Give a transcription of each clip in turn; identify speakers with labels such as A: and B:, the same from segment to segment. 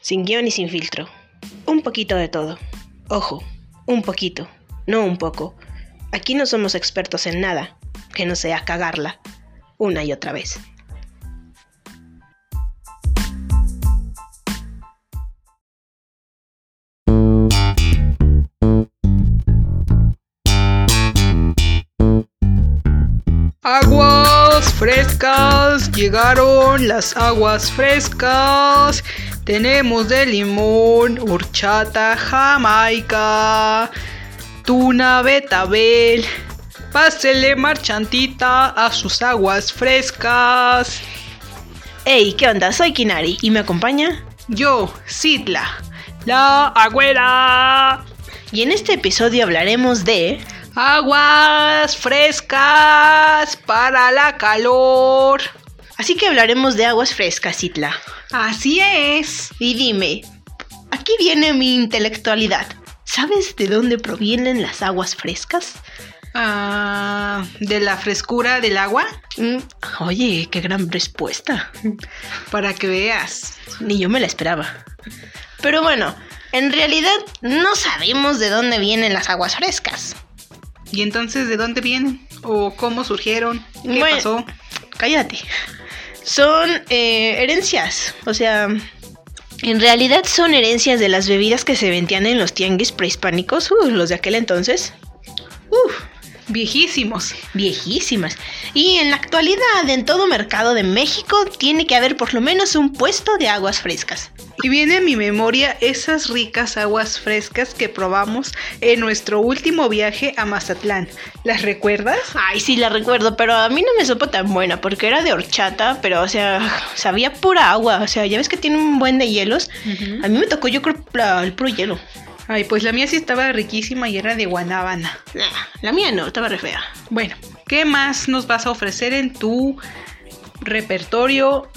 A: sin guión y sin filtro. Un poquito de todo. Ojo, un poquito, no un poco. Aquí no somos expertos en nada, que no sea cagarla, una y otra vez.
B: Aguas frescas, llegaron las aguas frescas. Tenemos de limón, horchata, jamaica, tuna, betabel. Pásele marchantita a sus aguas frescas.
A: Hey, ¿qué onda? Soy Kinari y me acompaña.
B: Yo, Sidla, la agüera.
A: Y en este episodio hablaremos de
B: Aguas frescas para la calor.
A: Así que hablaremos de aguas frescas, Itla.
B: Así es.
A: Y dime, aquí viene mi intelectualidad. ¿Sabes de dónde provienen las aguas frescas?
B: Ah, de la frescura del agua,
A: Mm, oye, qué gran respuesta.
B: para que veas.
A: Ni yo me la esperaba. Pero bueno, en realidad no sabemos de dónde vienen las aguas frescas.
B: ¿Y entonces de dónde vienen? ¿O cómo surgieron? ¿Qué
A: Bueno.
B: pasó?
A: Cállate. Son eh, herencias. O sea, en realidad son herencias de las bebidas que se vendían en los tianguis prehispánicos, uh, los de aquel entonces. Uf,
B: Viejísimos.
A: viejísimas. Y en la actualidad, en todo mercado de México, tiene que haber por lo menos un puesto de aguas frescas.
B: Y viene a mi memoria esas ricas aguas frescas que probamos en nuestro último viaje a Mazatlán. ¿Las recuerdas?
A: Ay, sí, la recuerdo, pero a mí no me supo tan buena porque era de horchata, pero, o sea, sabía pura agua. O sea, ya ves que tiene un buen de hielos. A mí me tocó, yo creo, la- el puro hielo.
B: Ay, pues la mía sí estaba riquísima y era de guanábana.
A: Nah, la mía no, estaba re fea.
B: Bueno, ¿qué más nos vas a ofrecer en tu repertorio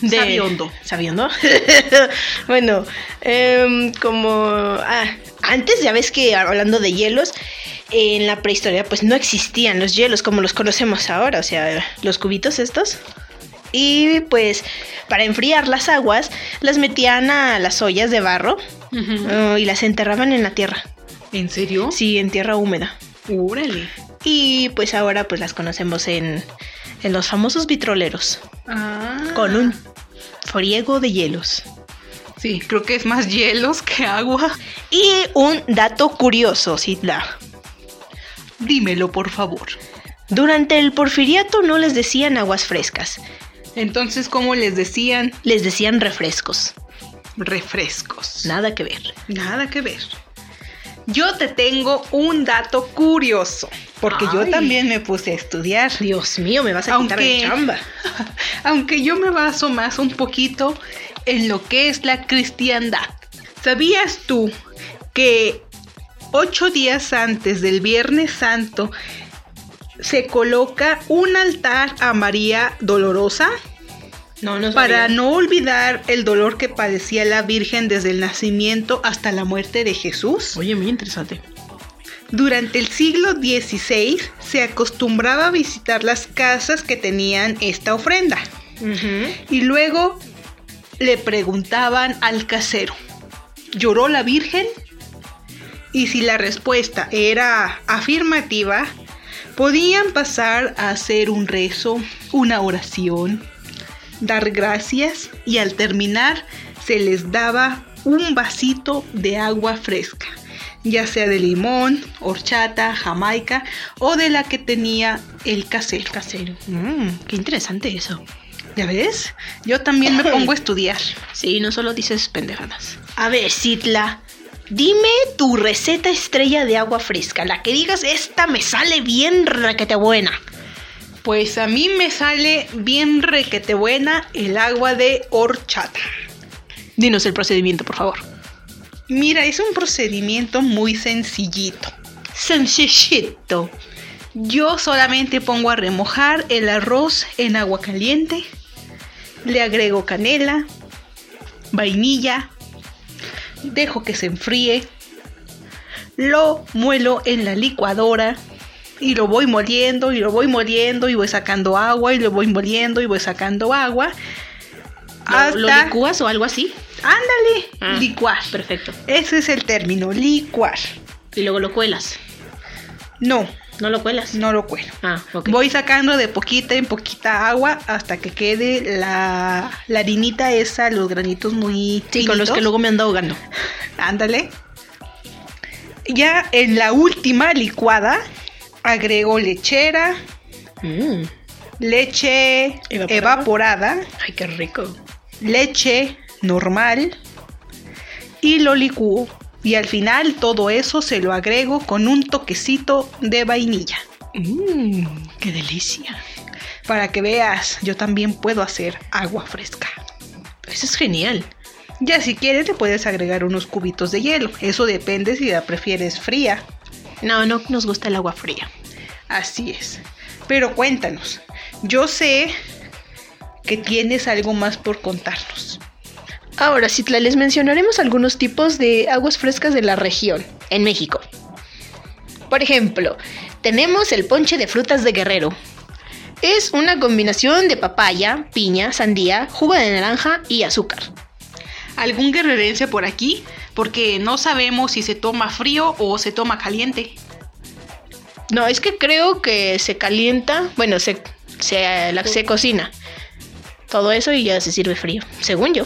B: de...
A: Sabiondo. Sabiondo. bueno, em, como ah, antes ya ves que hablando de hielos, en la prehistoria pues no existían los hielos como los conocemos ahora, o sea, los cubitos estos. Y pues para enfriar las aguas las metían a las ollas de barro eh, y las enterraban en la tierra,
B: ¿En serio?
A: sí, en tierra húmeda.
B: Órale.
A: Y pues ahora pues las conocemos en, en los famosos vitroleros,
B: Ah.
A: con un friego de hielos.
B: Sí, creo que es más hielos que agua.
A: Y un dato curioso, Sidla.
B: Dímelo, por favor.
A: Durante el porfiriato no les decían aguas frescas,
B: Entonces, ¿cómo les decían?
A: les decían refrescos.
B: Refrescos.
A: Nada que ver.
B: Nada que ver. Yo te tengo un dato curioso, porque yo
A: Ay.
B: también me puse a estudiar.
A: Dios mío, me vas a quitar
B: Aunque-
A: la chamba.
B: aunque yo me baso más un poquito en lo que es la cristiandad. ¿Sabías tú que ocho días antes del Viernes Santo se coloca un altar a María Dolorosa
A: No, no
B: para no olvidar el dolor que padecía la Virgen desde el nacimiento hasta la muerte de Jesús?
A: Oye, muy interesante.
B: Durante el siglo XVI se acostumbraba a visitar las casas que tenían esta ofrenda. Y luego le preguntaban al casero, ¿lloró la Virgen? Y si la respuesta era afirmativa, podían pasar a hacer un rezo, una oración, dar gracias y al terminar se les daba un vasito de agua fresca, ya sea de limón, horchata, jamaica o de la que tenía el casero.
A: Casero. Mm, qué interesante eso.
B: ¿Ya ves? Yo también me pongo a estudiar.
A: Sí, no solo dices pendejadas. A ver, Sidla, dime tu receta estrella de agua fresca. La que digas, esta me sale bien raquete buena.
B: Pues a mí me sale bien requete buena el agua de horchata.
A: Dinos el procedimiento, por favor.
B: Mira, es un procedimiento muy sencillito.
A: Sencillito.
B: Yo solamente pongo a remojar el arroz en agua caliente, le agrego canela, vainilla, dejo que se enfríe, lo muelo en la licuadora y lo voy moliendo y lo voy moliendo y voy sacando agua y lo voy moliendo y voy sacando agua hasta...
C: ¿Lo licúas o algo así?
B: Ándale,
C: Ah.
B: licuar.
C: Perfecto.
B: Ese es el término, licuar.
C: Y luego lo cuelas.
B: No,
C: ¿No lo cuelas?
B: no lo cuelo.
C: Ah, ok.
B: Voy sacando de poquita en poquita agua hasta que quede la, la harinita esa, los granitos muy
A: Sí, con los
B: finitos.
A: que luego me ando ahogando.
B: Ándale. Ya en la última licuada agrego lechera,
A: Mm,
B: leche
A: Evaporada.
B: evaporada,
A: Ay, qué rico.
B: leche normal y lo licúo. Y al final todo eso se lo agrego con un toquecito de vainilla.
A: Mm, qué delicia.
B: Para que veas, yo también puedo hacer agua fresca.
A: Eso es genial.
B: Ya si quieres le puedes agregar unos cubitos de hielo. Eso depende si la prefieres fría.
A: No, no nos gusta el agua fría.
B: Así es. Pero cuéntanos, yo sé que tienes algo más por contarnos.
A: Ahora, Citla, les mencionaremos algunos tipos de aguas frescas de la región, en México. Por ejemplo, tenemos el ponche de frutas de Guerrero. Es una combinación de papaya, piña, sandía, jugo de naranja y azúcar.
B: ¿Algún guerrerense por aquí? Porque no sabemos si se toma frío o se toma caliente.
A: No, es que creo que se calienta, bueno, se, se, la- se cocina. Todo eso y ya se sirve frío, según yo.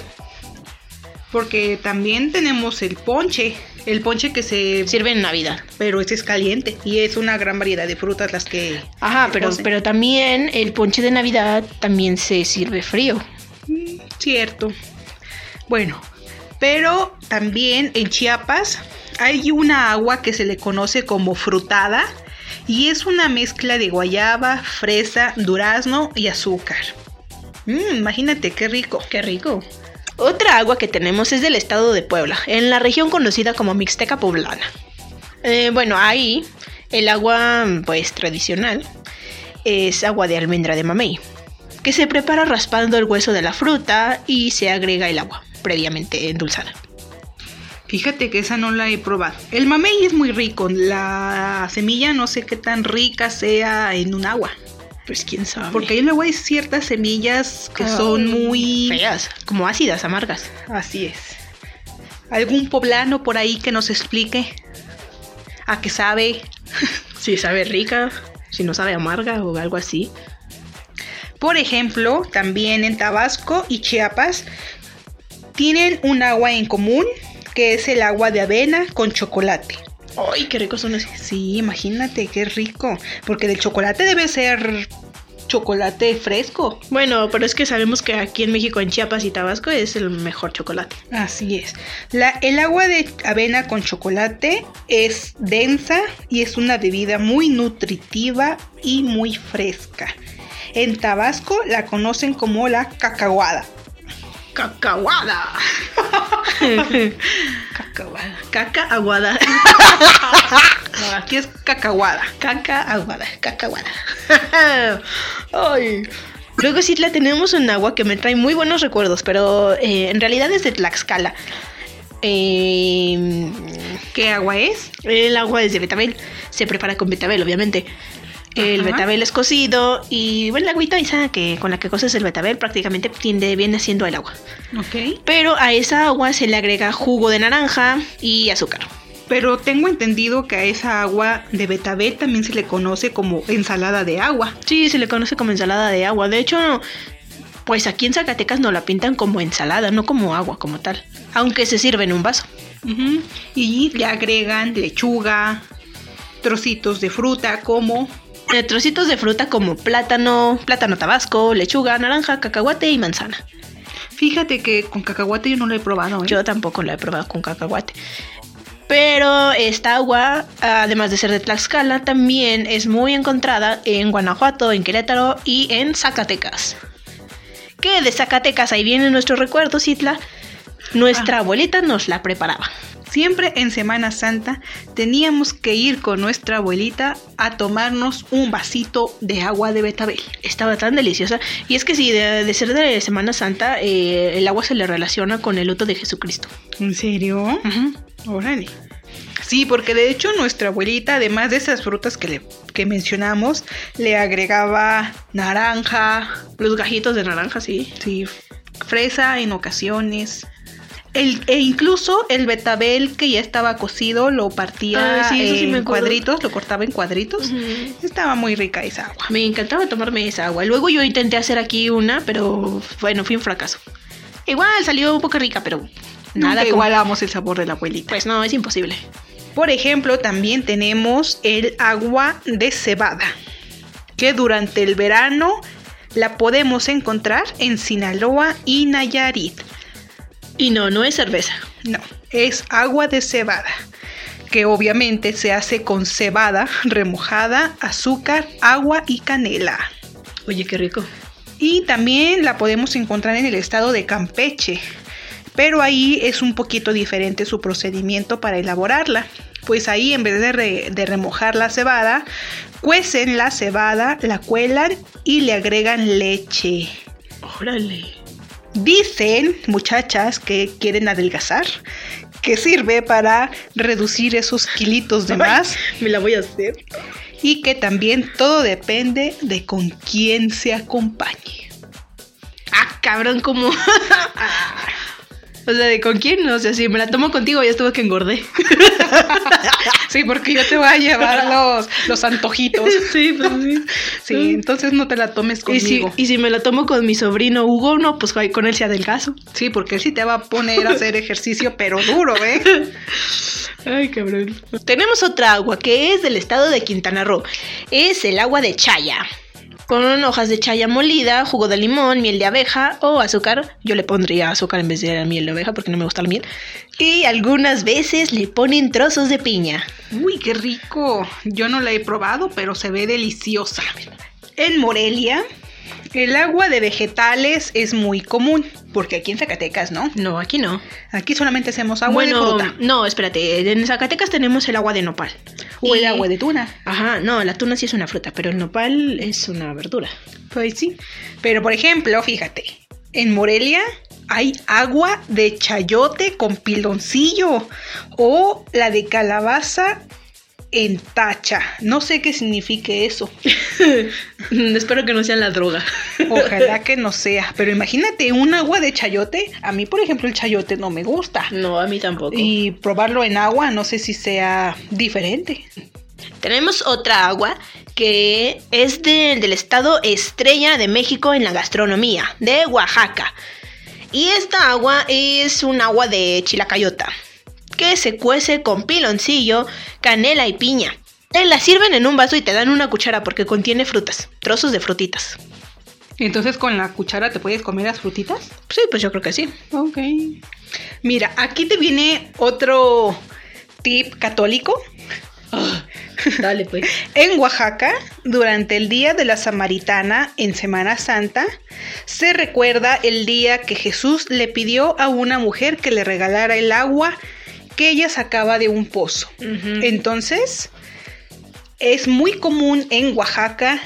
B: Porque también tenemos el ponche. El ponche que se...
A: Sirve en Navidad.
B: Pero ese es caliente y es una gran variedad de frutas las que...
A: Ajá,
B: que
A: pero,
B: ponen.
A: pero también el ponche de Navidad también se sirve frío.
B: Mm, Cierto. Bueno, pero también en Chiapas hay una agua que se le conoce como frutada y es una mezcla de guayaba, fresa, durazno y azúcar. Mm, imagínate qué rico.
A: Qué rico. Otra agua que tenemos es del estado de Puebla, en la región conocida como Mixteca Poblana. Eh, bueno, ahí el agua pues tradicional es agua de almendra de mamey, que se prepara raspando el hueso de la fruta y se agrega el agua previamente endulzada.
B: Fíjate que esa no la he probado. El mamey es muy rico. La semilla no sé qué tan rica sea en un agua.
A: Pues quién sabe.
B: Porque ahí luego hay ciertas semillas que son muy...
A: Ah, mm, feas, como ácidas, amargas.
B: Así es. ¿Algún poblano por ahí que nos explique a qué sabe?
A: Si sabe rica, si no sabe amarga o algo así.
B: Por ejemplo, también en Tabasco y Chiapas tienen un agua en común que es el agua de avena con chocolate.
A: Ay, qué ricos son esos.
B: Sí, imagínate qué rico, porque del chocolate debe ser chocolate fresco.
A: Bueno, pero es que sabemos que aquí en México, en Chiapas y Tabasco, es el mejor chocolate.
B: Así es. La- el agua de avena con chocolate es densa y es una bebida muy nutritiva y muy fresca. En Tabasco la conocen como la cacahuada.
A: ¡Cacahuada!
B: Cacahuada. Caca aguada. No, aquí es cacahuada.
A: Caca aguada, cacahuada. Ay. Luego Citla tenemos un agua que me trae muy buenos recuerdos, pero eh, en realidad es de Tlaxcala. Eh,
B: Em, ¿Qué agua es?
A: el agua es de betabel. Se prepara con betabel, obviamente. El
B: Ajá.
A: betabel es cocido y bueno, la agüita esa que con la que coces el betabel prácticamente tiende, viene siendo el agua.
B: Ok.
A: Pero a esa agua se le agrega jugo de naranja y azúcar.
B: Pero tengo entendido que a esa agua de betabel también se le conoce como ensalada de agua.
A: Sí, se le conoce como ensalada de agua. De hecho, pues aquí en Zacatecas no la pintan como ensalada, no como agua como tal. Aunque se sirve en un vaso.
B: Ujú. Y le agregan lechuga, trocitos de fruta como...
A: Eh, trocitos de fruta como plátano, plátano tabasco, lechuga, naranja, cacahuate y manzana.
B: Fíjate que con cacahuate yo no lo he probado. ¿eh?
A: Yo tampoco la he probado con cacahuate. Pero esta agua, además de ser de Tlaxcala, también es muy encontrada en Guanajuato, en Querétaro y en Zacatecas. Que de Zacatecas ahí viene nuestro recuerdo, Citla. Nuestra abuelita nos la preparaba.
B: Siempre en Semana Santa teníamos que ir con nuestra abuelita a tomarnos un vasito de agua de betabel.
A: Estaba tan deliciosa. Y es que sí, de, de ser de Semana Santa, eh, el agua se le relaciona con el luto de Jesucristo.
B: ¿En serio? Órale. Sí, porque de hecho nuestra abuelita, además de esas frutas que, le, que mencionamos, le agregaba naranja,
A: Los gajitos de naranja, sí.
B: sí, fresa en ocasiones. El- e incluso el betabel que ya estaba cocido lo partía
C: Ah, sí, eso sí
B: en
C: me acuerdo.
B: cuadritos, lo cortaba en cuadritos. Estaba muy rica esa agua.
C: Me encantaba tomarme esa agua. Luego yo intenté hacer aquí una, pero bueno, fue un fracaso. Igual salió un poco rica, pero nada
B: Nada
C: como-
B: igualamos el sabor de la abuelita.
C: Pues no, es imposible.
B: Por ejemplo, también tenemos el agua de cebada, que durante el verano la podemos encontrar en Sinaloa y Nayarit.
C: Y no, no es cerveza.
B: No, es agua de cebada, que obviamente se hace con cebada remojada, azúcar, agua y canela.
C: Oye, qué rico.
B: Y también la podemos encontrar en el estado de Campeche, pero ahí es un poquito diferente su procedimiento para elaborarla. Pues ahí en vez de, re- de remojar la cebada, cuecen la cebada, la cuelan y le agregan leche.
C: Órale.
B: Dicen muchachas que quieren adelgazar, que sirve para reducir esos kilitos de más
A: Me la voy a hacer.
B: y que también todo depende de con quién se acompañe.
C: Ah, cabrón, como. O sea, ¿de con quién? No sé, si me la tomo contigo ya estuvo que engordé.
B: Sí, porque yo te voy a llevar los, los antojitos.
C: Sí, pues sí.
B: Sí, entonces no te la tomes
C: Y si,
B: conmigo.
C: y si me la tomo con mi sobrino Hugo, no, pues ay, con él se adelgazo.
B: Sí, porque él sí te va a poner a hacer ejercicio, pero duro, ¿eh?
C: Ay, cabrón.
A: Tenemos otra agua que es del estado de Quintana Roo. Es el agua de chaya. Con hojas de chaya molida, jugo de limón, miel de abeja o azúcar. Yo le pondría azúcar en vez de la miel de abeja porque no me gusta la miel. Y algunas veces le ponen trozos de piña.
B: Uy, qué rico. Yo no la he probado, pero se ve deliciosa. En Morelia, el agua de vegetales es muy común, porque aquí en Zacatecas, ¿no?
C: No, aquí no.
B: Aquí solamente hacemos agua
C: bueno,
B: de fruta
C: no, espérate. En Zacatecas tenemos el agua de nopal.
B: o
C: Y-
B: el agua de tuna.
C: Ajá, no, la tuna sí es una fruta, pero el nopal es una verdura.
B: Pues sí. Pero por ejemplo, fíjate, en Morelia hay agua de chayote con piloncillo o la de calabaza en tacha. No sé qué signifique eso.
C: Espero que no sea la droga.
B: Ojalá que no sea. Pero imagínate un agua de chayote. A mí, por ejemplo, el chayote no me gusta.
C: No, a mí tampoco.
B: Y probarlo en agua, no sé si sea diferente.
A: Tenemos otra agua que es de- del estado estrella de México en la gastronomía, de Oaxaca. Y esta agua es un agua de chilacayota, que se cuece con piloncillo, canela y piña. Te la sirven en un vaso y te dan una cuchara porque contiene frutas, trozos de frutitas.
B: Entonces, con la cuchara te puedes comer las frutitas.
A: Sí, pues yo creo que sí.
B: Ok. Mira, aquí te viene otro tip católico.
C: Dale, pues.
B: En Oaxaca, durante el Día de la Samaritana en Semana Santa, se recuerda el día que Jesús le pidió a una mujer que le regalara el agua que ella sacaba de un pozo. Entonces, es muy común en Oaxaca,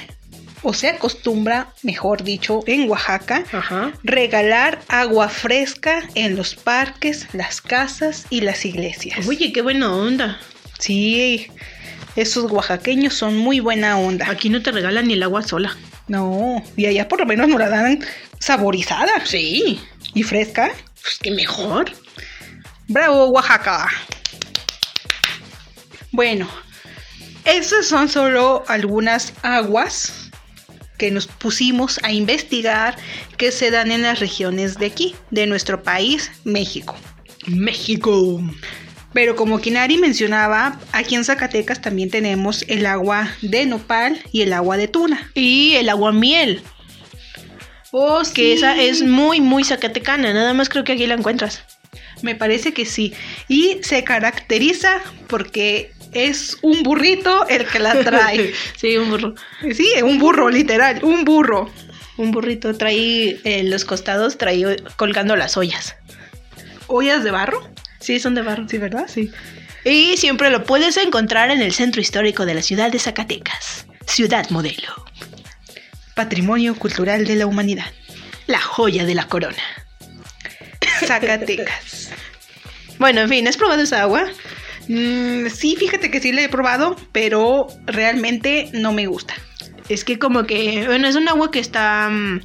B: o se acostumbra, mejor dicho, en Oaxaca,
C: Ajá.
B: regalar agua fresca en los parques, las casas y las iglesias.
C: Oye, qué buena onda.
B: Sí, esos oaxaqueños son muy buena
A: Ah.
B: onda.
C: Aquí no te regalan ni el agua sola.
B: No, y allá por lo menos nos la dan saborizada
C: Sí.
B: y fresca.
C: Pues qué mejor.
B: ¡Bravo, Oaxaca! Bueno, esas son solo algunas aguas que nos pusimos a investigar que se dan en las regiones de aquí, de nuestro país, México.
C: México.
B: Pero como Kinari mencionaba, aquí en Zacatecas también tenemos el agua de nopal y el agua de tuna.
A: Y el agua miel,
B: Oh,
A: que esa es muy, muy zacatecana. Nada más creo que aquí la encuentras.
B: Me parece que sí. Y se caracteriza porque es un burrito el que la trae.
C: sí, un burro.
B: sí, un burro, literal, un burro.
A: Un burrito traí eh, los costados, traí colgando las ollas.
B: ¿Ollas de barro?
A: Sí, son de barro.
B: Sí, ¿verdad? Sí.
A: Y siempre lo puedes encontrar en el centro histórico de la ciudad de Zacatecas, ciudad modelo,
B: Patrimonio cultural de la humanidad.
A: la joya de la corona.
B: Zacatecas.
A: Bueno, en fin, ¿has probado esa agua?
B: Mm, sí, fíjate que sí la he probado, pero realmente no me gusta.
A: Es que como que, bueno, es un agua que está mm,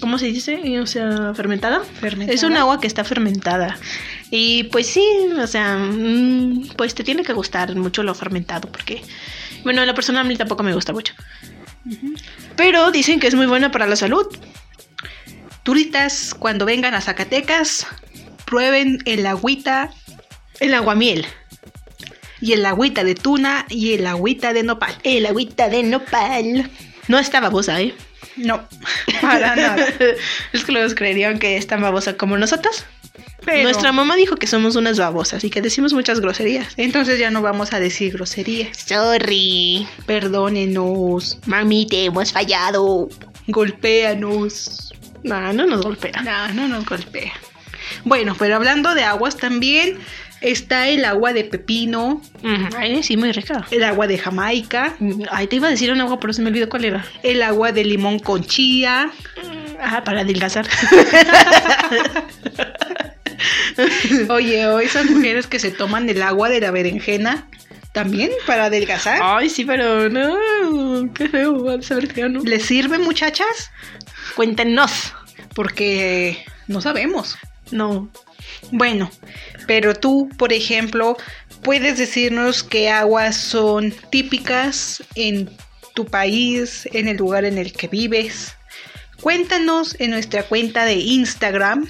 A: ¿Cómo se dice? Eh, O sea, fermentada.
B: Fermentada.
A: Es un agua que está fermentada. Y pues sí, o sea, mm, pues te tiene que gustar mucho lo fermentado porque, bueno, en lo personal a mí tampoco me gusta mucho. Pero dicen que es muy buena para la salud.
B: Turitas, cuando vengan a Zacatecas, prueben el agüita
A: El aguamiel.
B: y el agüita de tuna y el agüita de nopal.
A: El agüita de nopal. No está babosa, ¿eh?
B: No, para nada.
A: es que los creerían que es tan babosa como nosotras.
B: Pero-
A: Nuestra mamá dijo que somos unas babosas y que decimos muchas groserías.
B: Entonces ya no vamos a decir groserías.
A: Sorry,
B: Perdónenos,
A: mami, te hemos fallado.
B: golpéanos.
A: No, no nos golpea.
B: No, no nos golpea. Bueno, pero hablando de aguas también está el agua de pepino,
A: Ujú, Ay, sí, muy rica.
B: el agua de Jamaica,
A: Mm, Ay, te iba a decir un agua, pero se me olvidó cuál era.
B: el agua de limón con chía,
A: Ah, para adelgazar.
B: Oye, o esas mujeres que se toman el agua de la berenjena también para adelgazar.
A: Ay, sí, pero no. Qué feo, va a saber que no.
B: ¿Les sirve, muchachas?
A: Cuéntenos.
B: Porque no sabemos.
A: No.
B: Bueno, pero tú, por ejemplo, puedes decirnos qué aguas son típicas en tu país, en el lugar en el que vives. Cuéntanos en nuestra cuenta de Instagram.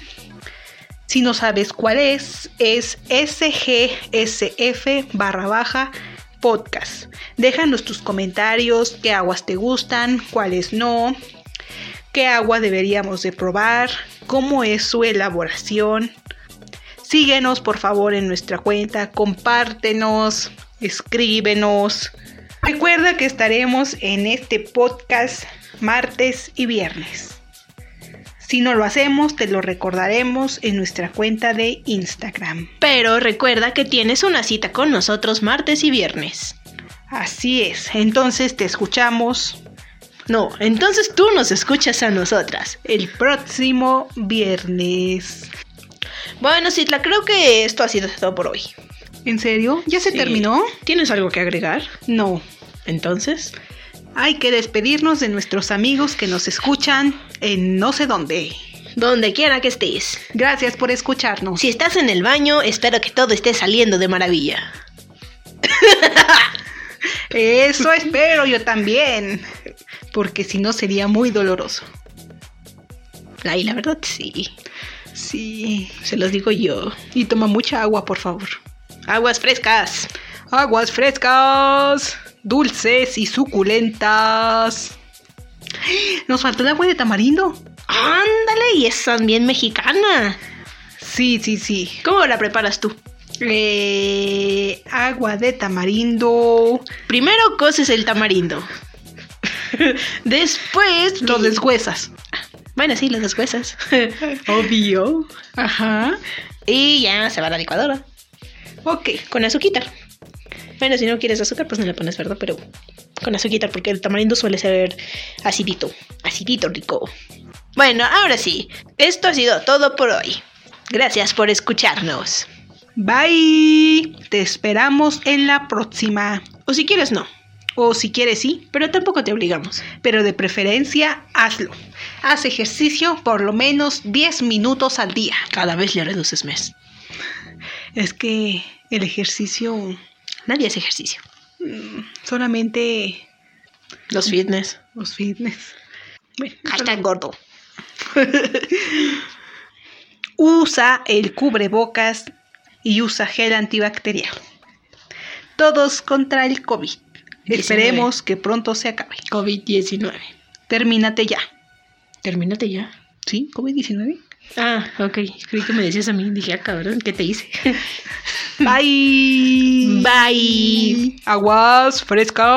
B: Si no sabes cuál es, es sgsf barra baja podcast. Déjanos tus comentarios, qué aguas te gustan, cuáles no, qué agua deberíamos de probar, cómo es su elaboración, Síguenos por favor en nuestra cuenta, compártenos, escríbenos. Recuerda que estaremos en este podcast martes y viernes. Si no lo hacemos, te lo recordaremos en nuestra cuenta de Instagram.
A: Pero recuerda que tienes una cita con nosotros martes y viernes.
B: Así es, entonces te escuchamos
A: No, entonces tú nos escuchas a nosotras.
B: el próximo viernes.
A: Bueno, Citla, creo que esto ha sido todo por hoy.
B: ¿En serio? ¿Ya se
A: Sí.
B: terminó?
A: ¿Tienes algo que agregar?
B: No.
A: Entonces.
B: Hay que despedirnos de nuestros amigos que nos escuchan en no sé dónde.
A: Donde quiera que estés.
B: Gracias por escucharnos.
A: Si estás en el baño, espero que todo esté saliendo de maravilla.
B: Eso espero yo también. Porque si no sería muy doloroso.
A: Ay, la verdad sí.
B: Sí.
A: Se los digo yo.
B: Y toma mucha agua, por favor.
A: Aguas frescas.
B: Aguas frescas, dulces y suculentas. Nos faltó el agua de tamarindo.
A: Ándale, y es también mexicana.
B: Sí, sí, sí.
A: ¿Cómo la preparas tú?
B: Eh, agua de tamarindo.
A: Primero coces el tamarindo. Después
B: Lo deshuesas.
A: Bueno, sí, lo deshuesas.
B: Obvio. Ajá.
A: y ya se va a la licuadora.
B: Ok.
A: Con azúcar. Bueno, si no quieres azúcar, pues no le pones, ¿verdad? Pero con azúcar, porque el tamarindo suele ser acidito. Acidito rico. Bueno, ahora sí. Esto ha sido todo por hoy. Gracias por escucharnos.
B: Bye. Te esperamos en la próxima.
A: O si quieres, no.
B: O si quieres, sí.
A: Pero tampoco te obligamos.
B: pero de preferencia hazlo. Haz ejercicio por lo menos 10 minutos al día.
A: Cada vez le reduces mes.
B: Es que el ejercicio
A: Nadie hace ejercicio.
B: mm, solamente
A: Los fitness.
B: los fitness. Bueno,
A: Hashtag gordo.
B: usa el cubrebocas y usa gel antibacterial. Todos contra el COVID.
A: 19.
B: Esperemos que pronto se acabe.
A: COVID-19.
B: Termínate ya.
A: Termínate ya.
B: ¿Sí? ¿COVID-19?
A: Ah, ok. Creí que me decías a mí. Dije, ah, cabrón, ¿qué te hice?
B: Bye.
A: Bye.
B: Aguas frescas.